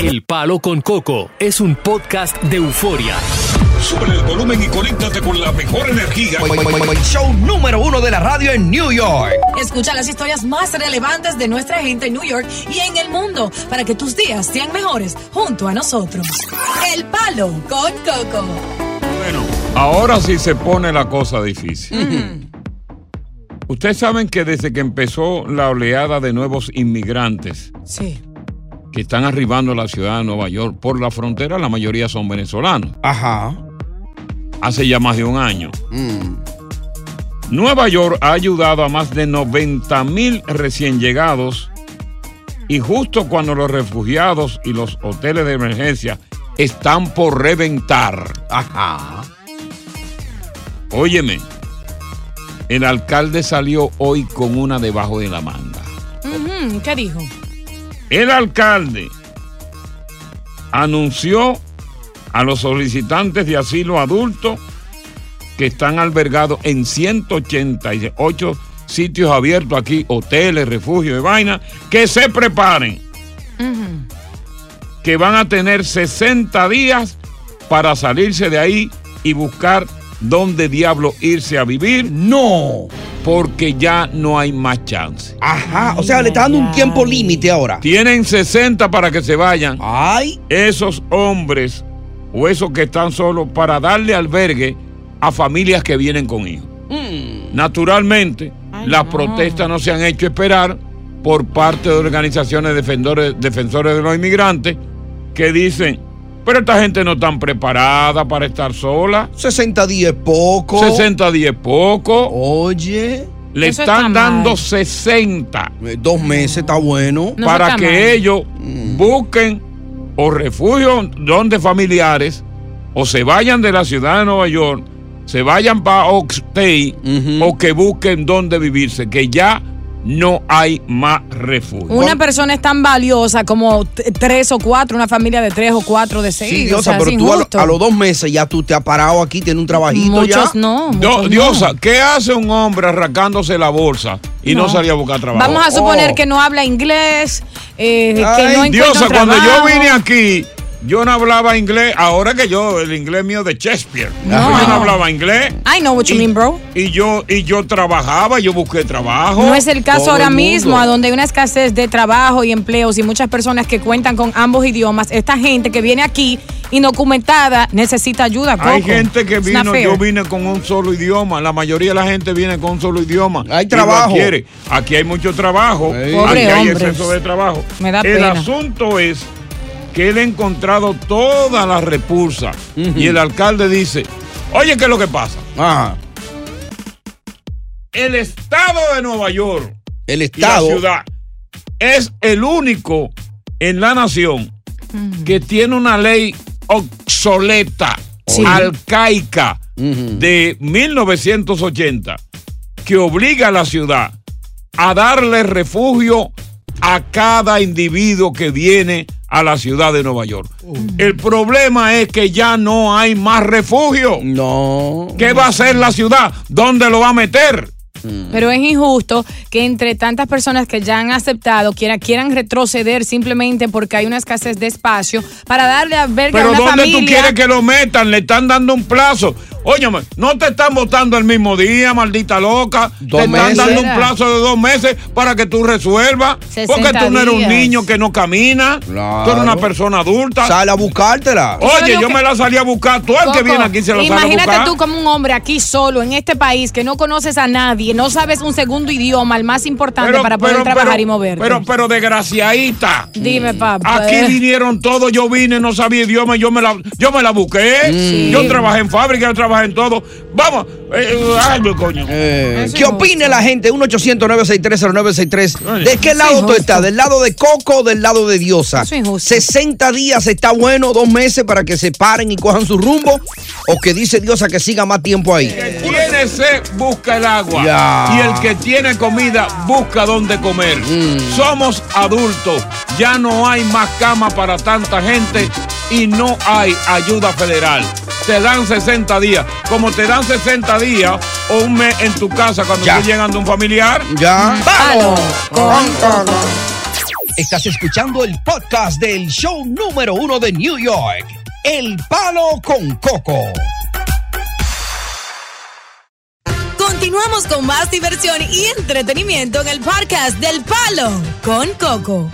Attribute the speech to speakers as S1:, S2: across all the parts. S1: El Palo con Coco es un podcast de euforia.
S2: Sube el volumen y conéctate con la mejor energía.
S3: Show número uno de la radio en New York.
S4: Escucha las historias más relevantes de nuestra gente en New York y en el mundo para que tus días sean mejores junto a nosotros. El Palo con Coco.
S2: Bueno, ahora sí se pone la cosa difícil. Ustedes saben que desde que empezó la oleada de nuevos inmigrantes
S4: Sí.
S2: que están arribando a la ciudad de Nueva York por la frontera, la mayoría son venezolanos.
S3: Ajá.
S2: Hace ya más de un año.
S3: Mm.
S2: Nueva York ha ayudado a más de 90 mil recién llegados y justo cuando los refugiados y los hoteles de emergencia están por reventar.
S3: Ajá.
S2: Óyeme, el alcalde salió hoy con una debajo de la manga.
S4: Ujú, ¿Qué dijo?
S2: El alcalde anunció a los solicitantes de asilo adulto que están albergados en 188 sitios abiertos aquí, hoteles, refugios y vainas, que se preparen,
S4: Ujú.
S2: que van a tener 60 días para salirse de ahí y buscar dónde diablo irse a vivir,
S3: No.
S2: porque ya no hay más chance.
S3: Ajá. O sea, le está dando un tiempo límite ahora.
S2: Tienen 60 para que se vayan.
S3: Ay.
S2: esos hombres o esos que están solos para darle albergue a familias que vienen con hijos.
S5: Mm.
S2: Naturalmente, las protestas no se han hecho esperar por parte de organizaciones defensores, defensores de los inmigrantes que dicen, pero esta gente no está preparada para estar sola,
S3: 60 días es poco.
S2: 60 días es poco,
S3: Oye.
S2: le
S5: Oh. Eso
S2: están
S5: está mal.
S2: dando 60
S3: eh, Dos meses está bueno.
S5: No,
S2: para
S5: eso está
S2: que
S5: mal.
S2: ellos
S3: Mm.
S2: busquen o refugio donde familiares o se vayan de la ciudad de Nueva York, se vayan para Oxtay
S3: Ujú.
S2: o que busquen donde vivirse, que ya no hay más refugio.
S5: Una persona es tan valiosa como t- tres o cuatro, una familia de tres o cuatro de seis.
S3: Sí,
S5: o
S3: Diosa,
S5: sea,
S3: pero
S5: es
S3: tú a, lo-
S5: injusto.
S3: a los dos meses ya tú te has parado aquí, tienes un trabajito
S5: Muchos
S3: ya.
S5: no.
S2: Do-
S5: muchos no.
S2: Diosa, ¿qué hace un hombre arrancándose la bolsa y no,
S5: No.
S2: salía a buscar trabajo?
S5: Vamos a suponer
S3: Oh.
S5: que no habla inglés, eh, que no
S3: Ay,
S5: encuentra
S2: Diosa,
S5: un
S2: cuando yo
S5: trabajo.
S2: vine aquí, yo no hablaba inglés, ahora que yo, el inglés mío de Shakespeare,
S5: No.
S2: yo no hablaba inglés.
S5: I know what you
S2: Y-
S5: mean, bro.
S2: Y yo, y yo trabajaba, yo busqué trabajo.
S5: No es el caso
S2: Todo
S5: ahora
S2: el mundo.
S5: mismo, a donde hay una escasez de trabajo y empleos y muchas personas que cuentan con ambos idiomas. Esta gente que viene aquí indocumentada necesita ayuda.
S2: Hay
S5: Coco.
S2: gente que
S5: It's not
S2: vino,
S5: fair.
S2: yo vine con un solo idioma. La mayoría de la gente viene con un solo idioma.
S3: Hay
S2: Y lo
S3: trabajo.
S2: adquiere. Aquí hay mucho trabajo.
S3: Ey.
S2: Aquí
S5: Pobre
S2: hay
S5: hombres.
S2: exceso de trabajo.
S5: Me da
S2: el
S5: pena.
S2: asunto es que él ha encontrado todas las repulsas. Y el alcalde dice, oye, ¿qué es lo que pasa?
S3: Ajá.
S2: El estado de Nueva York
S3: El
S2: y la
S3: Estado.
S2: ciudad es el único en la nación que tiene una ley obsoleta,
S5: Sí.
S2: arcaica
S3: Ujú.
S2: de 1980 que obliga a la ciudad a darle refugio a cada individuo que viene a la ciudad de Nueva York. El problema es que ya no hay más refugio.
S3: Mm. No.
S2: ¿Qué va a hacer la ciudad? ¿Dónde lo va a meter?
S5: Mm. Pero es injusto que entre tantas personas que ya han aceptado quieran, quieran retroceder simplemente porque hay una escasez de espacio para darle albergue
S2: Pero
S5: a una
S2: ¿dónde
S5: familia.
S2: tú quieres que lo metan? Le están dando un plazo. Óyeme, no te están votando el mismo día, maldita loca.
S3: Dos
S2: te están
S3: meses.
S2: dando un plazo de dos meses para que tú resuelvas.
S5: 60
S2: Porque tú no eres un
S5: días.
S2: niño que no camina. Tú eres
S3: Claro.
S2: una persona adulta.
S3: Sale a buscártela.
S5: Eso es
S2: Oye,
S5: lo
S2: yo
S5: que-
S2: me la salí a buscar. Tú al que
S5: Coco,
S2: viene aquí se la sale a buscar.
S5: Imagínate tú como un hombre aquí solo en este país que no conoces a nadie, no sabes un segundo idioma, el más importante para poder trabajar
S2: pero-
S5: y moverte.
S2: Pero, pero desgraciadita.
S5: Dime, papá.
S2: Aquí vinieron todos, yo vine, no sabía idioma, yo me la, yo me la busqué.
S5: Sí.
S2: Yo trabajé en fábrica, yo trabajé en todo. Vamos, eh, eh, ay, coño.
S3: Eh,
S5: Eso
S3: ¿Qué
S5: es
S3: opina
S5: justo.
S3: la gente? 1 800 963 ¿De qué lado tú
S5: injusto.
S3: estás? ¿Del lado de Coco o del lado de Diosa?
S5: Eso es injusto.
S3: 60 días está bueno, dos meses para que se paren y cojan su rumbo. ¿O que dice Diosa que siga más tiempo ahí?
S2: El que tiene sed busca el agua.
S3: Ya.
S2: Y el que tiene comida busca dónde comer.
S3: Mm.
S2: Somos adultos. Ya no hay más cama para tanta gente y no hay ayuda federal. Te dan 60 días. Como te dan 60 días o un mes en tu casa cuando
S3: Ya.
S2: tú llegas de un familiar.
S3: ¿Ya?
S5: Palo
S3: ¡Vamos!
S5: con
S3: Con- con- Estás escuchando el podcast del show número uno de New York, El Palo con Coco.
S4: Continuamos con más diversión y entretenimiento en el podcast del Palo con Coco.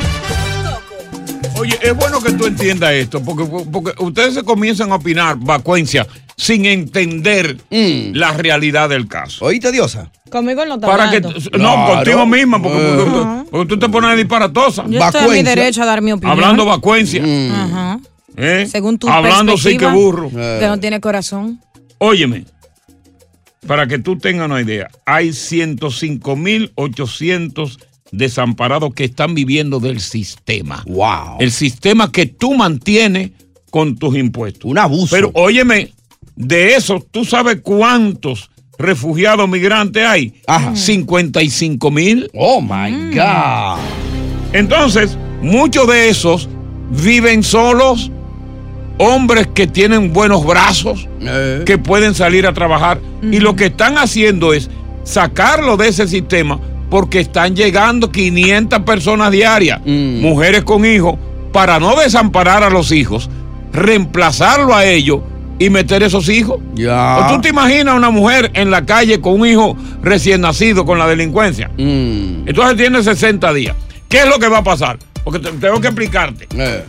S2: Oye, es bueno que tú entiendas esto, porque, porque ustedes se comienzan a opinar vacuencia sin entender
S3: Mm.
S2: la realidad del caso.
S3: ¿Oíste, Diosa?
S5: Conmigo él no está
S2: Para que,
S5: hablando.
S2: no,
S3: Claro. Eh.
S2: contigo misma, porque, porque- porque tú te pones disparatosa.
S5: Yo estoy en mi
S3: vacuencia.
S5: derecho a dar mi opinión.
S2: Hablando vacuencia.
S3: Mm.
S5: Ajá.
S2: ¿eh?
S5: Según tu
S2: Hablando sí que
S5: perspectiva.
S2: burro.
S5: Que no tiene corazón.
S2: Óyeme, para que tú tengas una idea, hay 105.800 desamparados que están viviendo del sistema.
S3: Wow.
S2: El sistema que tú mantienes con tus impuestos.
S3: Un abuso.
S2: Pero óyeme, de esos, ¿tú sabes cuántos refugiados migrantes hay?
S3: Ajá.
S2: 55 mil.
S3: oh my
S5: Mm.
S3: God.
S2: Entonces, muchos de esos viven solos, hombres que tienen buenos brazos,
S3: Eh.
S2: que pueden salir a trabajar. Y lo que están haciendo es sacarlo de ese sistema porque están llegando 500 personas diarias,
S3: Mm.
S2: mujeres con hijos, para no desamparar a los hijos, reemplazarlo a ellos y meter esos hijos.
S3: Ya.
S2: ¿O ¿Tú te imaginas una mujer en la calle con un hijo recién nacido con la delincuencia?
S3: Mm.
S2: Entonces tiene 60 días. ¿Qué es lo que va a pasar? Porque te- tengo que explicarte.
S3: Eh.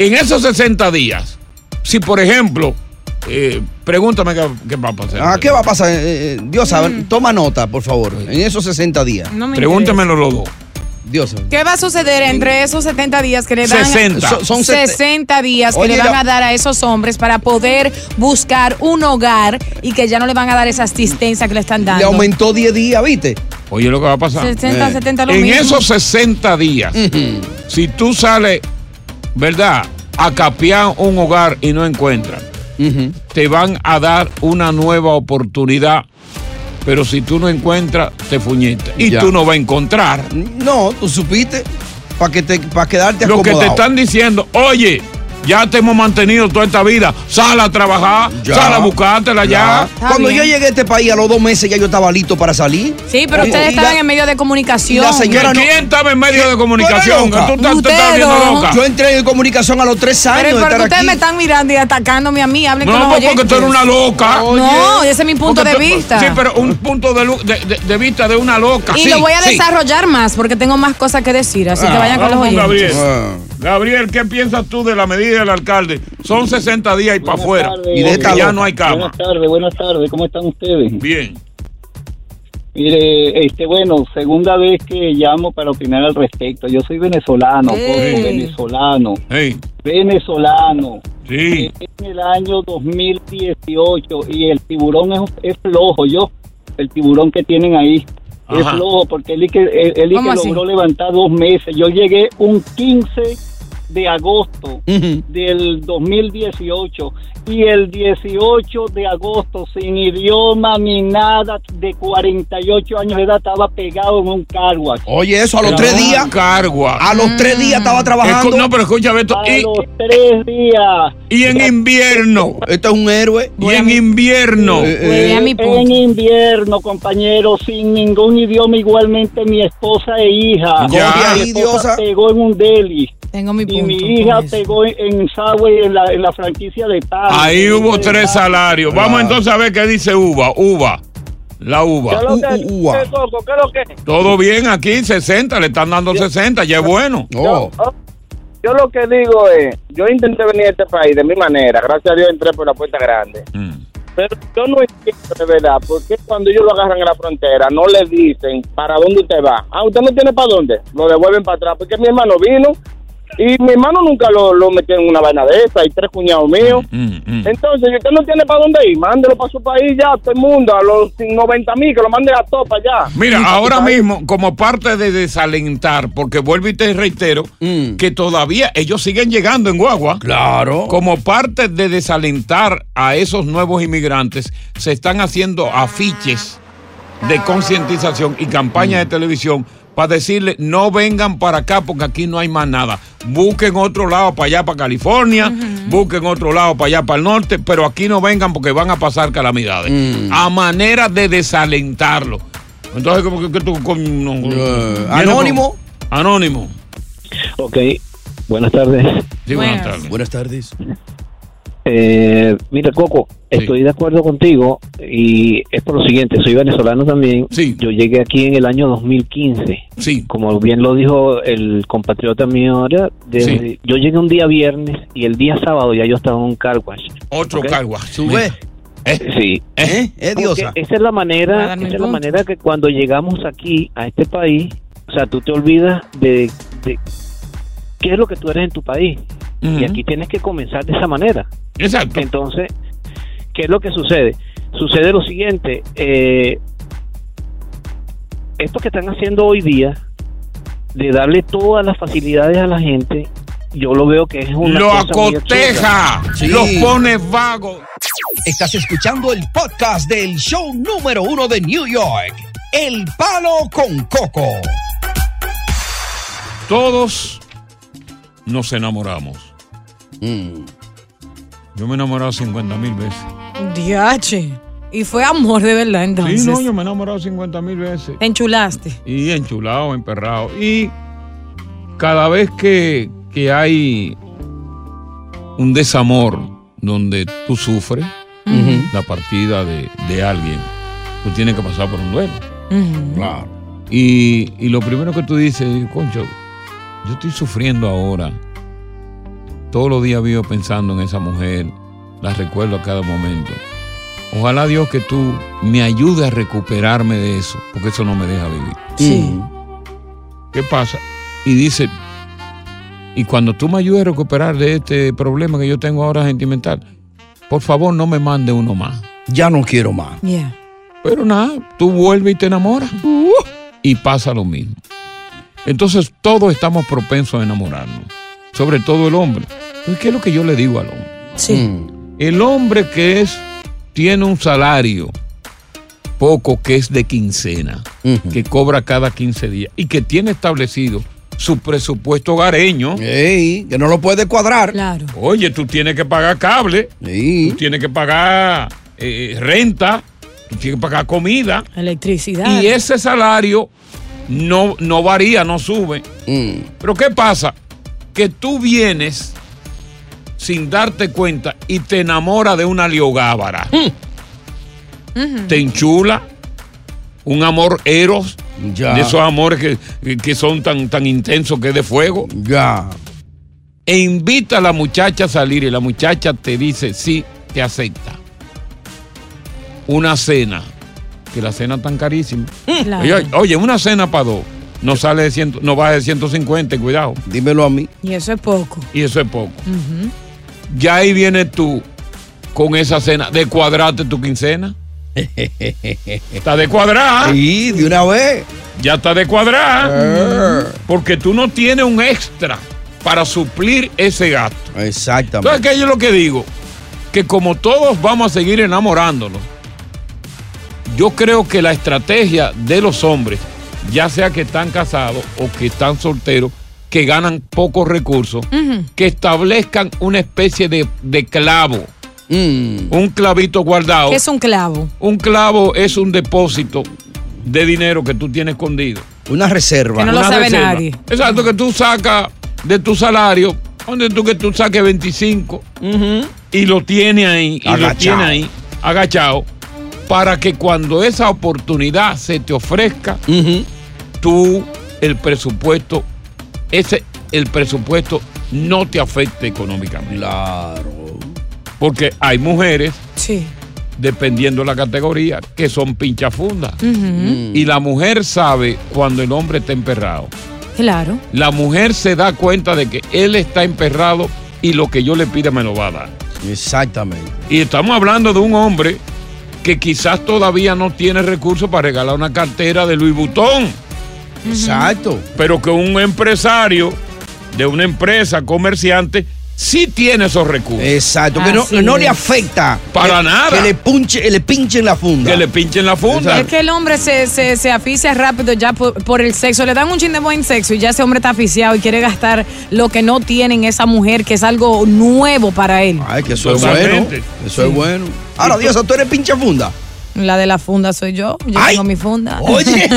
S2: En esos 60 días, si por ejemplo, eh, pregúntame qué, qué va a pasar.
S3: Ah, ¿Qué va a pasar? Eh, eh, Diosa,
S5: Mm.
S3: toma nota, por favor. En esos 60 días.
S5: No me
S2: Pregúntamelo los dos.
S3: Diosa.
S5: interesa. ¿Qué va a suceder entre esos 70 días que le dan?
S2: 60.
S3: So- son
S5: 60 días que
S3: Oye,
S5: le van
S3: la-
S5: a dar a esos hombres para poder buscar un hogar y que ya no le van a dar esa asistencia que le están
S3: Le
S5: dando.
S3: aumentó 10 días, ¿viste?
S2: Oye, lo que va a pasar.
S5: 60,
S3: Eh.
S5: 70 lo
S2: En
S5: mismo.
S2: esos 60 días, si tú sales, ¿verdad? A capear un hogar y no encuentras,
S3: Ujú.
S2: te van a dar una nueva oportunidad. Pero si tú no encuentras, te fuñiste. Y
S3: Ya.
S2: tú no vas a encontrar.
S3: No, tú supiste para que te, para quedarte
S2: Lo que
S3: acomodado.
S2: te están diciendo, oye, ya te hemos mantenido toda esta vida. Sal a trabajar,
S3: Ya.
S2: sal a buscártela ya.
S5: Está
S3: Cuando
S5: bien.
S3: yo llegué a este país a los dos meses ya yo estaba listo para salir.
S5: Sí, pero
S3: Oye,
S5: ustedes
S3: y la-
S5: estaban en medio de comunicación.
S3: y la señora- Ahora no.
S2: ¿Quién estaba en medio de comunicación?
S3: Tú eres
S2: Que tú
S5: loca.
S2: estás, tú estás
S5: Ustedes
S2: viendo
S5: dos.
S2: loca.
S3: Yo entré en comunicación a los tres años
S5: Pero
S3: de
S5: ¿por
S3: estar
S5: qué ustedes
S3: aquí.
S5: me están mirando y atacándome a mí? Hablen con
S2: No,
S5: los
S2: porque tú eres
S5: oyentes.
S2: una loca.
S5: No, ese es mi punto
S2: Porque
S5: de
S2: tú-
S5: vista.
S2: Sí, pero un punto de, lu- de- de- de vista de una loca.
S5: Y
S2: Sí,
S5: lo voy a
S2: sí.
S5: desarrollar más porque tengo más cosas que decir, así que
S2: Ah,
S5: vayan con los
S2: vamos
S5: oyentes.
S2: con Gabriel.
S3: Ah.
S2: Gabriel, ¿qué piensas tú de la medida del alcalde? Son 60 días y para afuera.
S6: tardes.
S3: Y de esta
S2: Porque ya
S3: loca.
S2: no hay cama.
S6: Buenas tardes, buenas tardes, ¿cómo están ustedes?
S2: Bien.
S6: Mire, este, bueno, segunda vez que llamo para opinar al respecto. Yo soy venezolano,
S5: Sí.
S6: Coco, venezolano,
S2: Hey,
S6: venezolano.
S2: sí.
S6: En el año 2018 y el tiburón es, es flojo, yo, el tiburón que tienen ahí. Es
S2: Ajá.
S6: flojo porque él y que, él- él y
S5: ¿Cómo
S6: que
S5: así?
S6: logró levantar dos meses. Yo llegué un 15 de agosto
S3: Ujú.
S6: del 2018 y el 18 de agosto sin idioma ni nada de 48 años de edad estaba pegado en un cargo
S3: Oye, eso a los
S6: Pero
S3: tres
S6: no.
S3: días.
S2: Cargua.
S3: A los tres
S5: Mm.
S3: días estaba
S2: Escu-
S3: trabajando.
S2: No, pero escucha, Beto.
S6: A
S2: Y,
S6: los tres días
S2: y en invierno.
S3: Este es un héroe.
S2: Y en invierno.
S3: Eh,
S5: Voy a Pues, mi
S6: en
S5: punto.
S6: invierno, compañero, sin ningún idioma, igualmente mi esposa e hija.
S2: Ya. ah.
S6: Mi
S3: Ahí,
S6: esposa
S3: Diosa.
S6: pegó en un deli.
S5: Tengo mi punto. pues.
S6: Y mi
S5: con
S6: hija
S5: eso.
S6: pegó en, en Subway, en la, en la franquicia de tal.
S2: Ahí hubo tres salarios. Vamos
S3: Claro.
S2: entonces a ver qué dice uva. Uva. La Uh, uva.
S3: lo que- U- ua. ¿qué,
S2: Todo bien aquí, 60. Le están dando 60. Ya es bueno.
S3: Oh.
S7: Yo lo que digo es, yo intenté venir a este país de mi manera, gracias a Dios entré por la puerta grande,
S2: Mm.
S7: pero yo no entiendo de verdad por qué cuando ellos lo agarran en la frontera no le dicen para dónde usted va. Ah, usted no tiene para dónde, lo devuelven para atrás, porque mi hermano vino y mi hermano nunca lo, lo metió en una vaina de esa y tres cuñados míos.
S2: Mm, mm.
S7: Entonces, si usted no tiene para dónde ir, mándelo para su país ya, todo el mundo, a los 90 mil, que lo manden a topa ya.
S2: Mira, ahora mismo, como parte de desalentar, porque vuelvo y te reitero
S3: Mm.
S2: que todavía ellos siguen llegando en Guagua.
S3: Claro.
S2: Como parte de desalentar a esos nuevos inmigrantes, se están haciendo afiches de concientización y campañas de televisión para decirle no vengan para acá porque aquí no hay más nada. Busquen otro lado para allá, para California, busquen otro lado para allá, para el norte, pero aquí no vengan porque van a pasar calamidades.
S3: Mm.
S2: A manera de desalentarlo. Entonces, ¿cómo que, que tú con- no-
S3: Eh,
S2: vienes con-
S3: anónimo.
S2: Anónimo.
S8: Ok, buenas tardes.
S2: Sí, buenas tardes.
S3: Buenas tardes.
S8: Eh, mira, Coco,
S2: Sí.
S8: estoy de acuerdo contigo y es por lo siguiente, soy venezolano también.
S2: Sí.
S8: Yo llegué aquí en el año 2015.
S2: Sí,
S8: Como bien lo dijo el compatriota mío ahora, desde-
S2: Sí.
S8: yo llegué un día viernes y el día sábado ya yo estaba en un car wash.
S2: otro
S8: Ok.
S2: cargo.
S3: ¿Tú ves?
S2: Eh,
S8: Sí.
S3: ¿Eh? Es
S8: Como que
S3: diosa.
S8: Esa es la
S5: Para
S8: manera,
S5: darme el
S8: esa es la
S5: punto.
S8: manera que cuando llegamos aquí a este país, o sea, tú te olvidas de, de qué es lo que tú eres en tu país
S2: ujú.
S8: y aquí tienes que comenzar de esa manera.
S2: Exacto.
S8: Entonces, ¿qué es lo que sucede? Sucede lo siguiente, eh, esto que están haciendo hoy día, de darle todas las facilidades a la gente, yo lo veo que es una...
S2: Lo
S8: cosa muy absurda.
S2: acoteja,
S3: Sí.
S2: los pone vagos.
S3: Estás escuchando el podcast del show número uno de New York, El Palo con Coco.
S2: Todos nos enamoramos.
S3: Mm.
S2: Yo me he enamorado 50 mil veces.
S5: Diache. Y fue amor de verdad entonces.
S2: Sí, no, yo me he enamorado 50 mil veces.
S5: Te enchulaste.
S2: Y enchulado, emperrado. Y cada vez que, que hay un desamor donde tú sufres la partida de, de alguien, tú tienes que pasar por un duelo.
S5: Ujú.
S2: Claro. Y, y lo primero que tú dices, concho, yo estoy sufriendo ahora. Todos los días vivo pensando en esa mujer, la recuerdo a cada momento. Ojalá Dios que tú me ayudes a recuperarme de eso, porque eso no me deja vivir.
S3: Sí.
S2: ¿Qué pasa? Y dice, y cuando tú me ayudes a recuperar de este problema que yo tengo ahora sentimental, por favor no me mande uno más.
S3: Ya no quiero más.
S5: Yeah.
S2: Pero nada, tú vuelves y te enamoras. Y pasa lo mismo. Entonces todos estamos propensos a enamorarnos, sobre todo el hombre. Entonces, ¿Qué es lo que yo le digo al hombre?
S5: Sí.
S3: Mm.
S2: El hombre que es, tiene un salario poco que es de quincena,
S3: Ujú.
S2: que cobra cada 15 días y que tiene establecido su presupuesto hogareño.
S3: Ey, que no lo puede cuadrar.
S5: Claro.
S2: Oye, tú tienes que pagar cable, tú
S3: Sí.
S2: tienes que pagar eh, renta, tú tienes que pagar comida.
S5: Electricidad.
S2: Y ese salario no, no varía, no sube.
S3: Mm.
S2: Pero ¿qué pasa? Que tú vienes sin darte cuenta y te enamora de una liogábara. Te enchula un amor eros,
S3: Ya.
S2: de esos amores que, que son tan, tan intensos que es de fuego.
S3: Ya.
S2: E invita a la muchacha a salir y la muchacha te dice sí, te acepta. Una cena, que la cena tan carísima.
S5: Claro.
S2: Oye, oye, una cena para dos. No sale de ciento, no baja de 150, y cuidado.
S3: Dímelo a mí.
S5: Y eso es poco.
S2: Y eso es poco. Ya ahí vienes tú con esa cena de cuadrarte tu quincena. está de cuadrar,
S3: Sí, de una vez.
S2: ya está de cuadrar.
S3: Eh.
S2: Porque tú no tienes un extra para suplir ese gasto. Entonces,
S3: Exactamente.
S2: ¿qué es lo que digo? Que como todos vamos a seguir enamorándonos, yo creo que la estrategia de los hombres, ya sea que están casados o que están solteros, que ganan pocos recursos, que establezcan una especie de, de clavo,
S3: Mm.
S2: un clavito guardado.
S5: Que es un clavo.
S2: Un clavo es un depósito de dinero que tú tienes escondido.
S3: Una reserva.
S5: Que no lo
S2: Una
S5: sabe
S2: reserva.
S5: nadie.
S2: Exacto, que tú sacas de tu salario, donde tú que tú saques 25 y lo tiene ahí, y lo
S3: Agachado.
S2: tiene ahí, agachado, para que cuando esa oportunidad se te ofrezca,
S3: Ujú.
S2: tú el presupuesto, ese el presupuesto no te afecte económicamente.
S3: Claro.
S2: Porque hay mujeres,
S5: Sí.
S2: dependiendo de la categoría, que son pinchafundas.
S5: Mm.
S3: Mm.
S2: Y la mujer sabe cuando el hombre está emperrado.
S5: Claro.
S2: la mujer se da cuenta de que él está emperrado y lo que yo le pida me lo va a dar.
S3: Exactamente.
S2: Y estamos hablando de un hombre que quizás todavía no tiene recursos para regalar una cartera de Louis Vuitton,
S3: Exacto.
S2: pero que un empresario de una empresa comerciante sí tiene esos recursos.
S3: Exacto. Que no,
S5: Así
S3: que no le
S5: es.
S3: afecta.
S2: Para
S3: que,
S2: nada.
S3: Que le, punche, le pinchen la funda.
S2: Que le pinchen la funda.
S5: Es que el hombre se, se, se aficia rápido ya por, por el sexo. Le dan un chin de buen sexo y ya ese hombre está aficiado y quiere gastar lo que no tiene en esa mujer, que es algo nuevo para él.
S3: Ay, que eso es
S2: Totalmente.
S3: bueno. Eso es bueno. Ahora, Diosa, tú eres pinche funda.
S5: La de la funda soy yo. Yo
S2: Ah.
S3: Ay.
S5: tengo mi funda.
S3: Oye.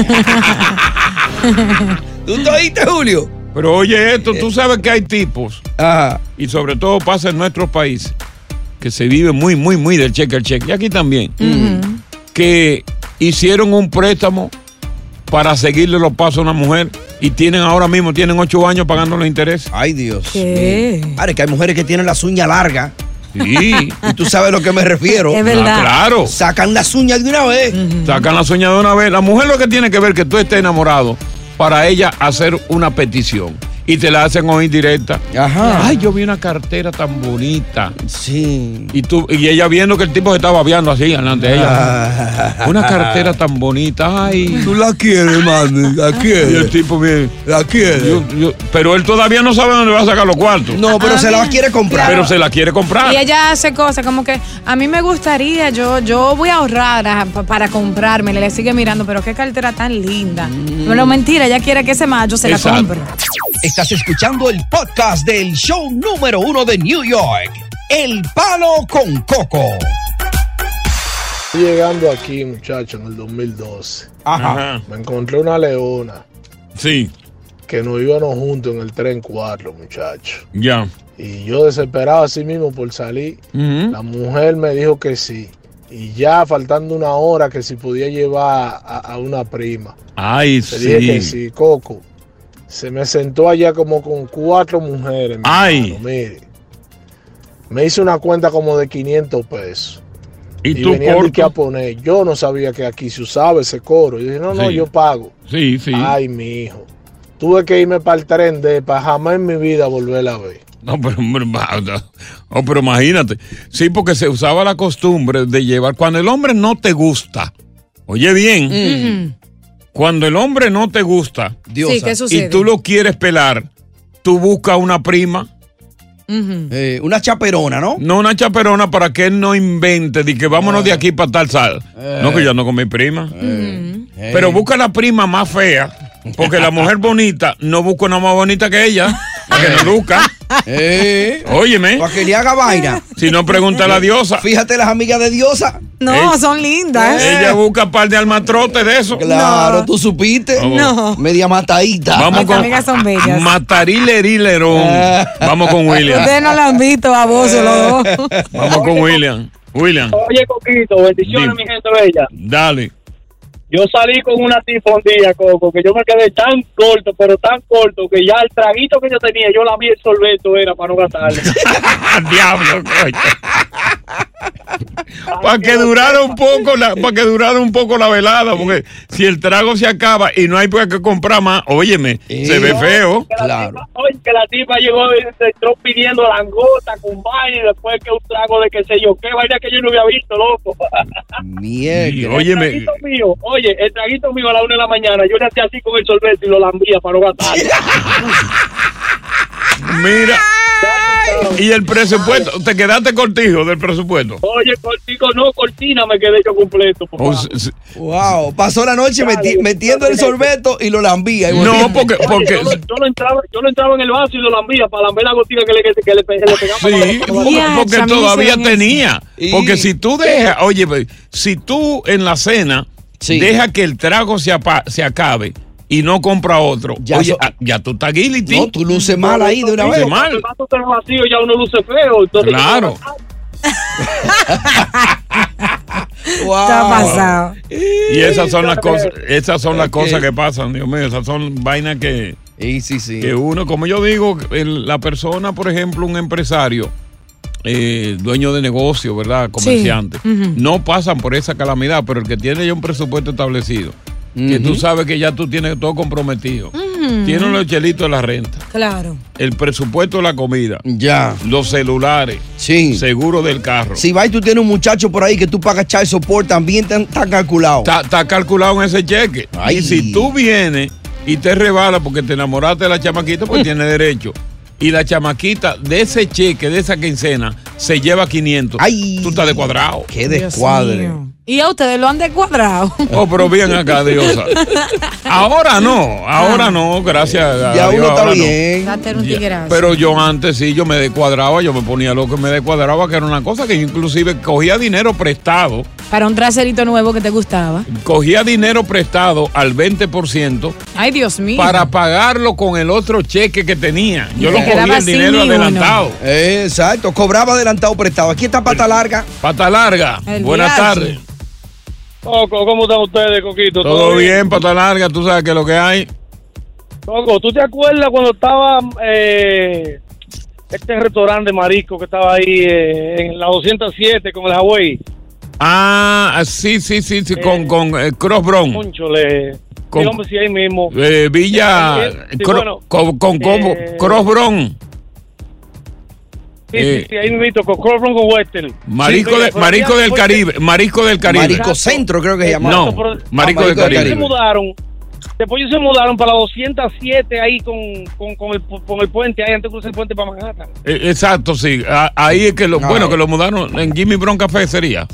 S3: ¿Tú te oíste, Julio?
S2: Pero oye esto, tú sabes que hay tipos,
S3: Ajá.
S2: y sobre todo pasa en nuestros países, que se vive muy, muy, muy del cheque al cheque, y aquí también, que hicieron un préstamo para seguirle los pasos a una mujer y tienen ahora mismo, tienen ocho años pagando los intereses.
S3: Ay, Dios.
S5: ¿Qué?
S3: Ahora, que hay mujeres que tienen las uñas largas.
S2: Sí,
S3: Y tú sabes a lo que me refiero.
S5: Es
S2: ah,
S5: verdad.
S2: claro.
S3: Sacan las uñas de una vez.
S2: Sacan la sueña de una vez. La mujer lo que tiene que ver es que tú estés enamorado para ella hacer una petición. Y te la hacen oír directa.
S3: Ajá.
S2: Ay, yo vi una cartera tan bonita.
S3: Sí.
S2: Y, tú, y ella viendo que el tipo se estaba viando así delante de ella.
S3: Ah.
S2: Una cartera tan bonita. Ay.
S3: Tú la quieres, mami. La
S2: Y el
S3: quieres.
S2: tipo, mire,
S3: La quieres.
S2: yo- yo- pero él todavía no sabe dónde va a sacar los cuartos.
S3: No, pero se la quiere comprar.
S2: Pero se la quiere comprar.
S5: Y ella hace cosas como que a mí me gustaría, yo yo voy a ahorrar a- pa- para comprarme. Le sigue mirando, pero qué cartera tan linda. Pero mentira, ella quiere que ese mayo se la
S2: Mm. Exacto.
S5: compre.
S3: Estás escuchando el podcast del show número uno de New York. El palo con coco.
S9: Estoy llegando aquí, muchacho, en el 2012.
S2: Ajá.
S9: Me encontré una leona
S2: Ah, Sí,
S9: que nos íbamos juntos en el tren 4, muchacho.
S2: ya.
S9: Y yo desesperado así mismo por salir.
S2: Ujú.
S9: La mujer me dijo que sí. Y ya faltando una hora que si podía llevar a, a una prima.
S2: Ay,
S9: Le dije que
S2: sí.
S9: sí, Coco. Se me sentó allá como con cuatro mujeres. mi
S2: Ay.
S9: hermano, mire. Me hizo una cuenta como de 500 pesos.
S2: Y
S9: Y,
S2: tú
S9: venían de que a
S2: corto.
S9: poner. Yo no sabía que aquí se usaba ese coro. Yo dije, no, no,
S2: Sí.
S9: yo pago.
S2: Sí, sí.
S9: Ay, mi hijo. Tuve que irme para el tren de para jamás en mi vida volverla a ver.
S2: No, pero, hombre, va, va. Oh, pero imagínate. Sí, porque se usaba la costumbre de llevar. Cuando el hombre no te gusta, oye bien, cuando el hombre no te gusta
S3: Diosa.
S5: Sí, que eso-
S2: y
S5: Sucede.
S2: tú lo quieres pelar, tú buscas una prima,
S3: Eh, una chaperona, ¿no?
S2: no una chaperona, para que él no invente de que vámonos de aquí para tal sal. No, que yo no con mi prima.
S3: Eh.
S5: Mm.
S2: Pero busca la prima más fea, porque la mujer bonita no busca una más bonita que ella, para que no luzca.
S3: Eh,
S2: Óyeme,
S3: para que le haga vaina.
S2: si no pregunta a la diosa.
S3: Fíjate las amigas de Diosa.
S5: No,
S2: Ey.
S5: son lindas.
S2: Ella busca par de almatrotes de eso.
S3: Claro, tú supiste.
S5: No.
S3: Media matadita.
S2: Vamos Ah,
S5: Las amigas son bellas.
S2: Matarilerillerón. Vamos con William.
S5: Ustedes no la han visto, baboso, los dos.
S2: Vamos con William. William,
S6: Oye, Coquito, bendiciones, mi
S2: Dime.
S6: gente bella.
S2: dale.
S6: Yo salí con una tipa un día, Coco, que yo me quedé tan corto, pero tan corto, que ya el traguito que yo tenía, yo la vi el sorbeto era para no gastarle.
S2: Al diablo, coño. Para que durara un poco la, para que durara un poco la velada, porque si el trago se acaba y no hay para qué comprar más, óyeme, se ve feo.
S6: Que la
S3: Claro.
S6: tipa- oye, que la tipa llegó y se entró pidiendo langota con vaina y después que un trago de qué sé yo, qué vaina que yo no había visto, loco.
S2: Y,
S3: Ah, Mierda.
S6: El
S2: óyeme,
S6: traguito mío, oye, el traguito mío a la una de la mañana, yo le hacía así con el sorbete y lo lambía para no gastar.
S2: mira.
S5: Ah.
S2: Y el presupuesto, te quedaste cortijo del presupuesto.
S6: Oye, cortico, no, cortina me quedé yo completo, papá.
S2: O s-
S3: Wow. Pasó la noche meti- metiendo el sorbeto y lo lambía. y volvía.
S2: No, pues, porque,
S6: Oye,
S2: porque
S6: yo, lo, yo lo entraba, yo lo entraba en el vaso y lo lambía para lamber la gotica que le, que, que le, pe- le pegaba.
S2: Sí,
S6: para- para-
S2: porque-
S5: Ya,
S2: porque
S5: a mí me
S2: todavía
S5: hicieron
S2: tenía.
S3: Y-
S2: Porque si tú dejas, oye, pues, si tú en la cena
S3: Sí.
S2: deja que el trago se, apa- se acabe y no compra otro,
S3: Ya
S2: oye,
S3: so-
S2: ah, ya tú estás guilty.
S3: No, tú luces mal ahí de una
S2: Luces
S3: vez.
S2: mal.
S6: El vaso está vacío, ya uno luce feo. entonces-
S2: Claro.
S3: Wow.
S5: Está pasado.
S2: Y esas son las cosas, esas son las cosas que pasan, Dios mío, esas son vainas que,
S3: Y sí, sí.
S2: que uno, como yo digo, el- la persona, por ejemplo, un empresario, eh, dueño de negocio, ¿verdad? Comerciante, no pasan por esa calamidad, pero el que tiene ya un presupuesto establecido, que tú sabes que ya tú tienes todo comprometido, tiene los chelitos de la renta,
S5: Hmm. Claro.
S2: el presupuesto de la comida,
S3: Ya.
S2: los celulares,
S3: Sí.
S2: seguro del carro.
S3: Si va y tú tienes un muchacho por ahí que tú pagas child support, también está- está calculado.
S2: Está, está calculado en ese cheque.
S3: Ay.
S2: Y si tú vienes y te rebalas porque te enamoraste de la chamaquita,
S3: Mm.
S2: pues tiene derecho. Y la chamaquita de ese cheque, de esa quincena, se lleva 500.
S3: Ay.
S2: Tú estás de cuadrado.
S3: Qué
S5: Dios
S3: descuadre.
S5: mío. Y a ustedes lo han descuadrado.
S2: Oh, pero bien acá, Diosa. Ahora no, ahora no, gracias a
S3: Ya
S2: Dios,
S3: uno está
S2: ahora no.
S3: bien.
S5: Date un
S2: Ya,
S5: tiguerazo.
S2: Pero yo antes sí, yo me descuadraba, yo me ponía loco y me descuadraba, que era una cosa que yo inclusive cogía dinero prestado.
S5: Para un traserito nuevo que te gustaba.
S2: cogía dinero prestado al 20%
S5: Ay, Dios mío.
S2: para pagarlo con el otro cheque que tenía. Yo
S5: Se
S2: lo cogí
S5: quedaba
S2: el
S5: sin
S2: dinero
S5: ni uno.
S2: adelantado.
S3: Eh, Exacto, cobraba adelantado prestado. Aquí está pata larga.
S2: Pata larga,
S5: El
S2: buenas
S5: viaje.
S2: tardes.
S7: Coco, ¿cómo están ustedes, Coquito?
S2: Todo bien, pata larga, tú sabes que lo que hay.
S7: Coco, ¿tú te acuerdas cuando estaba eh, este restaurante de marisco que estaba ahí eh, en la 207 con el Hawaii?
S2: Ah, sí, sí, sí, sí, con,
S7: Eh,
S2: con eh, Cross Brown.
S7: Conchole,
S2: Con-
S7: dígame si ahí mismo.
S2: Eh, Villa,
S7: eh, sí,
S2: Cro-
S7: bueno,
S2: con, con como-
S7: eh,
S2: Cross Brown,
S7: Sí,
S2: eh,
S7: sí, sí, ahí mismo, con Corbron con Western.
S2: marisco,
S7: Sí,
S2: de-
S7: pero
S2: marisco
S7: ya
S2: del
S7: fue-
S2: Caribe, marisco del Caribe.
S3: Marisco Centro, creo que
S7: Eh,
S3: se llamaba.
S2: Eh, no,
S7: pero-
S2: marisco del
S3: Ah, Marisco del
S2: Caribe.
S7: se mudaron. Después ellos se mudaron para la 207 ahí con, con, con, el, pu- con el puente, ahí antes de cruzar el puente para Manhattan.
S2: Eh, exacto, sí. A- ahí es que lo,
S3: Ah.
S2: bueno, que lo mudaron en Jimmy Brown Café sería.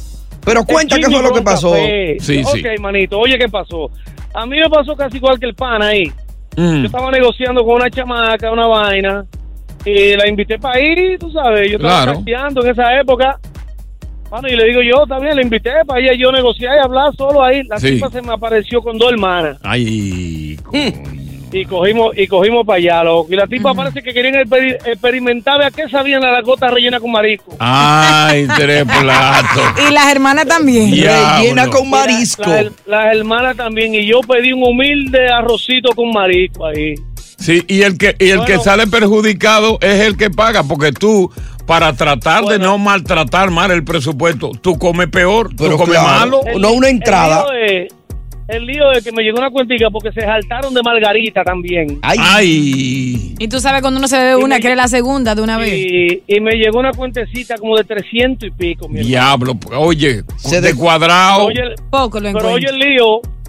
S3: Pero cuenta qué
S7: El
S3: fue lo que
S7: Jimmy Brown
S3: pasó.
S7: Café.
S2: Sí,
S7: ok,
S2: sí.
S7: manito, oye, ¿qué pasó? A mí me pasó casi igual que el pan ahí.
S2: Mm.
S7: Yo estaba negociando con una chamaca, una vaina, y la invité para ir, tú sabes, yo estaba
S2: Claro.
S7: chateando en esa época. Bueno, y le digo yo, también la invité para ir, yo negocié y hablar solo ahí. La
S2: Sí.
S7: tipa se me apareció con dos hermanas
S5: Mm.
S2: Ay, coño.
S7: y cogimos y cogimos para allá, loco. Y la tipa parece que querían exper- experimentar a qué sabían la gota rellena con marisco.
S3: Ah,
S2: Ay, tres platos.
S5: Y las hermanas también.
S2: Ya.
S3: Rellena
S2: Diablo.
S3: con marisco.
S7: Las, las hermanas también, y yo pedí un humilde arrocito con marisco ahí.
S2: Sí, y el que y el que
S7: Bueno.
S2: sale perjudicado es el que paga, porque tú para tratar de no maltratar mal el presupuesto, tú comes peor, tú
S3: Pero
S2: comes
S3: claro.
S2: malo.
S3: El- No una entrada.
S7: El lío, es, el lío es que me llegó una cuentica porque se saltaron de margarita también.
S3: Ay,
S2: Ah. Ay.
S5: Y tú sabes cuando uno se bebe una, que es la segunda
S3: Ah,
S5: de una vez.
S7: Y, y me llegó una cuentecita como de 300 y pico. mi hermano.
S2: Diablo, oye,
S3: Se
S2: de
S3: de-
S2: cuadrado.
S7: Oye, el-
S5: Poco lo
S7: pero oye
S5: encuentro.
S7: el lío,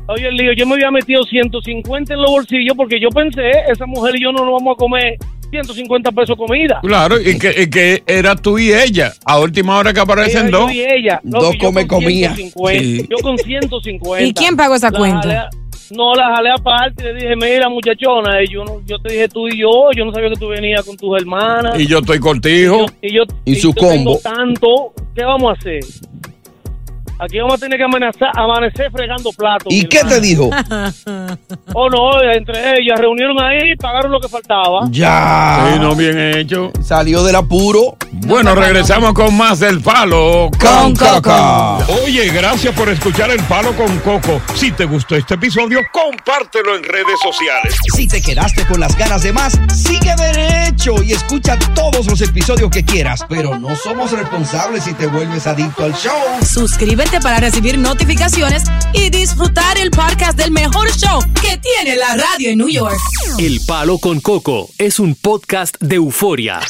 S7: oye el lío, yo me había metido 150 en los bolsillos porque yo pensé, esa mujer y yo no nos vamos a comer 150 pesos comida.
S2: Claro, y que, y que era tú y ella. A última hora que aparecen
S7: Ella, yo
S2: dos.
S7: y ella. No,
S3: Dos
S7: que yo
S3: come
S7: con
S3: comida.
S7: 150,
S2: Sí.
S7: Yo con 150.
S5: ¿Y quién pagó esa
S7: La
S5: cuenta?
S7: jalé a- no, la jalé aparte y le dije, mira, muchachona, eh, yo, no, yo te dije tú y yo, yo no sabía que tú venías con tus hermanas.
S2: Y yo estoy contigo.
S7: y yo
S3: Y su
S7: yo tengo
S3: combo.
S7: tanto, ¿qué vamos a hacer? Aquí vamos a tener que amenazar, amanecer fregando platos.
S3: ¿Y
S7: mi
S3: qué te
S7: hermano.
S3: dijo?
S7: Oh, no, entre ellas reunieron ahí y pagaron lo que faltaba.
S3: Ya.
S2: Sí, no bien hecho.
S3: Salió del apuro.
S2: Bueno, regresamos con más del palo.
S3: Con Coco.
S2: Oye, gracias por escuchar El Palo con Coco. Si te gustó este episodio, compártelo en redes sociales.
S3: Si te quedaste con las ganas de más, sigue derecho y escucha todos los episodios que quieras. Pero no somos responsables si te vuelves adicto al show.
S4: Suscríbete para recibir notificaciones y disfrutar el podcast del mejor show que tiene la radio en New York.
S1: El Palo con Coco es un podcast de euforia.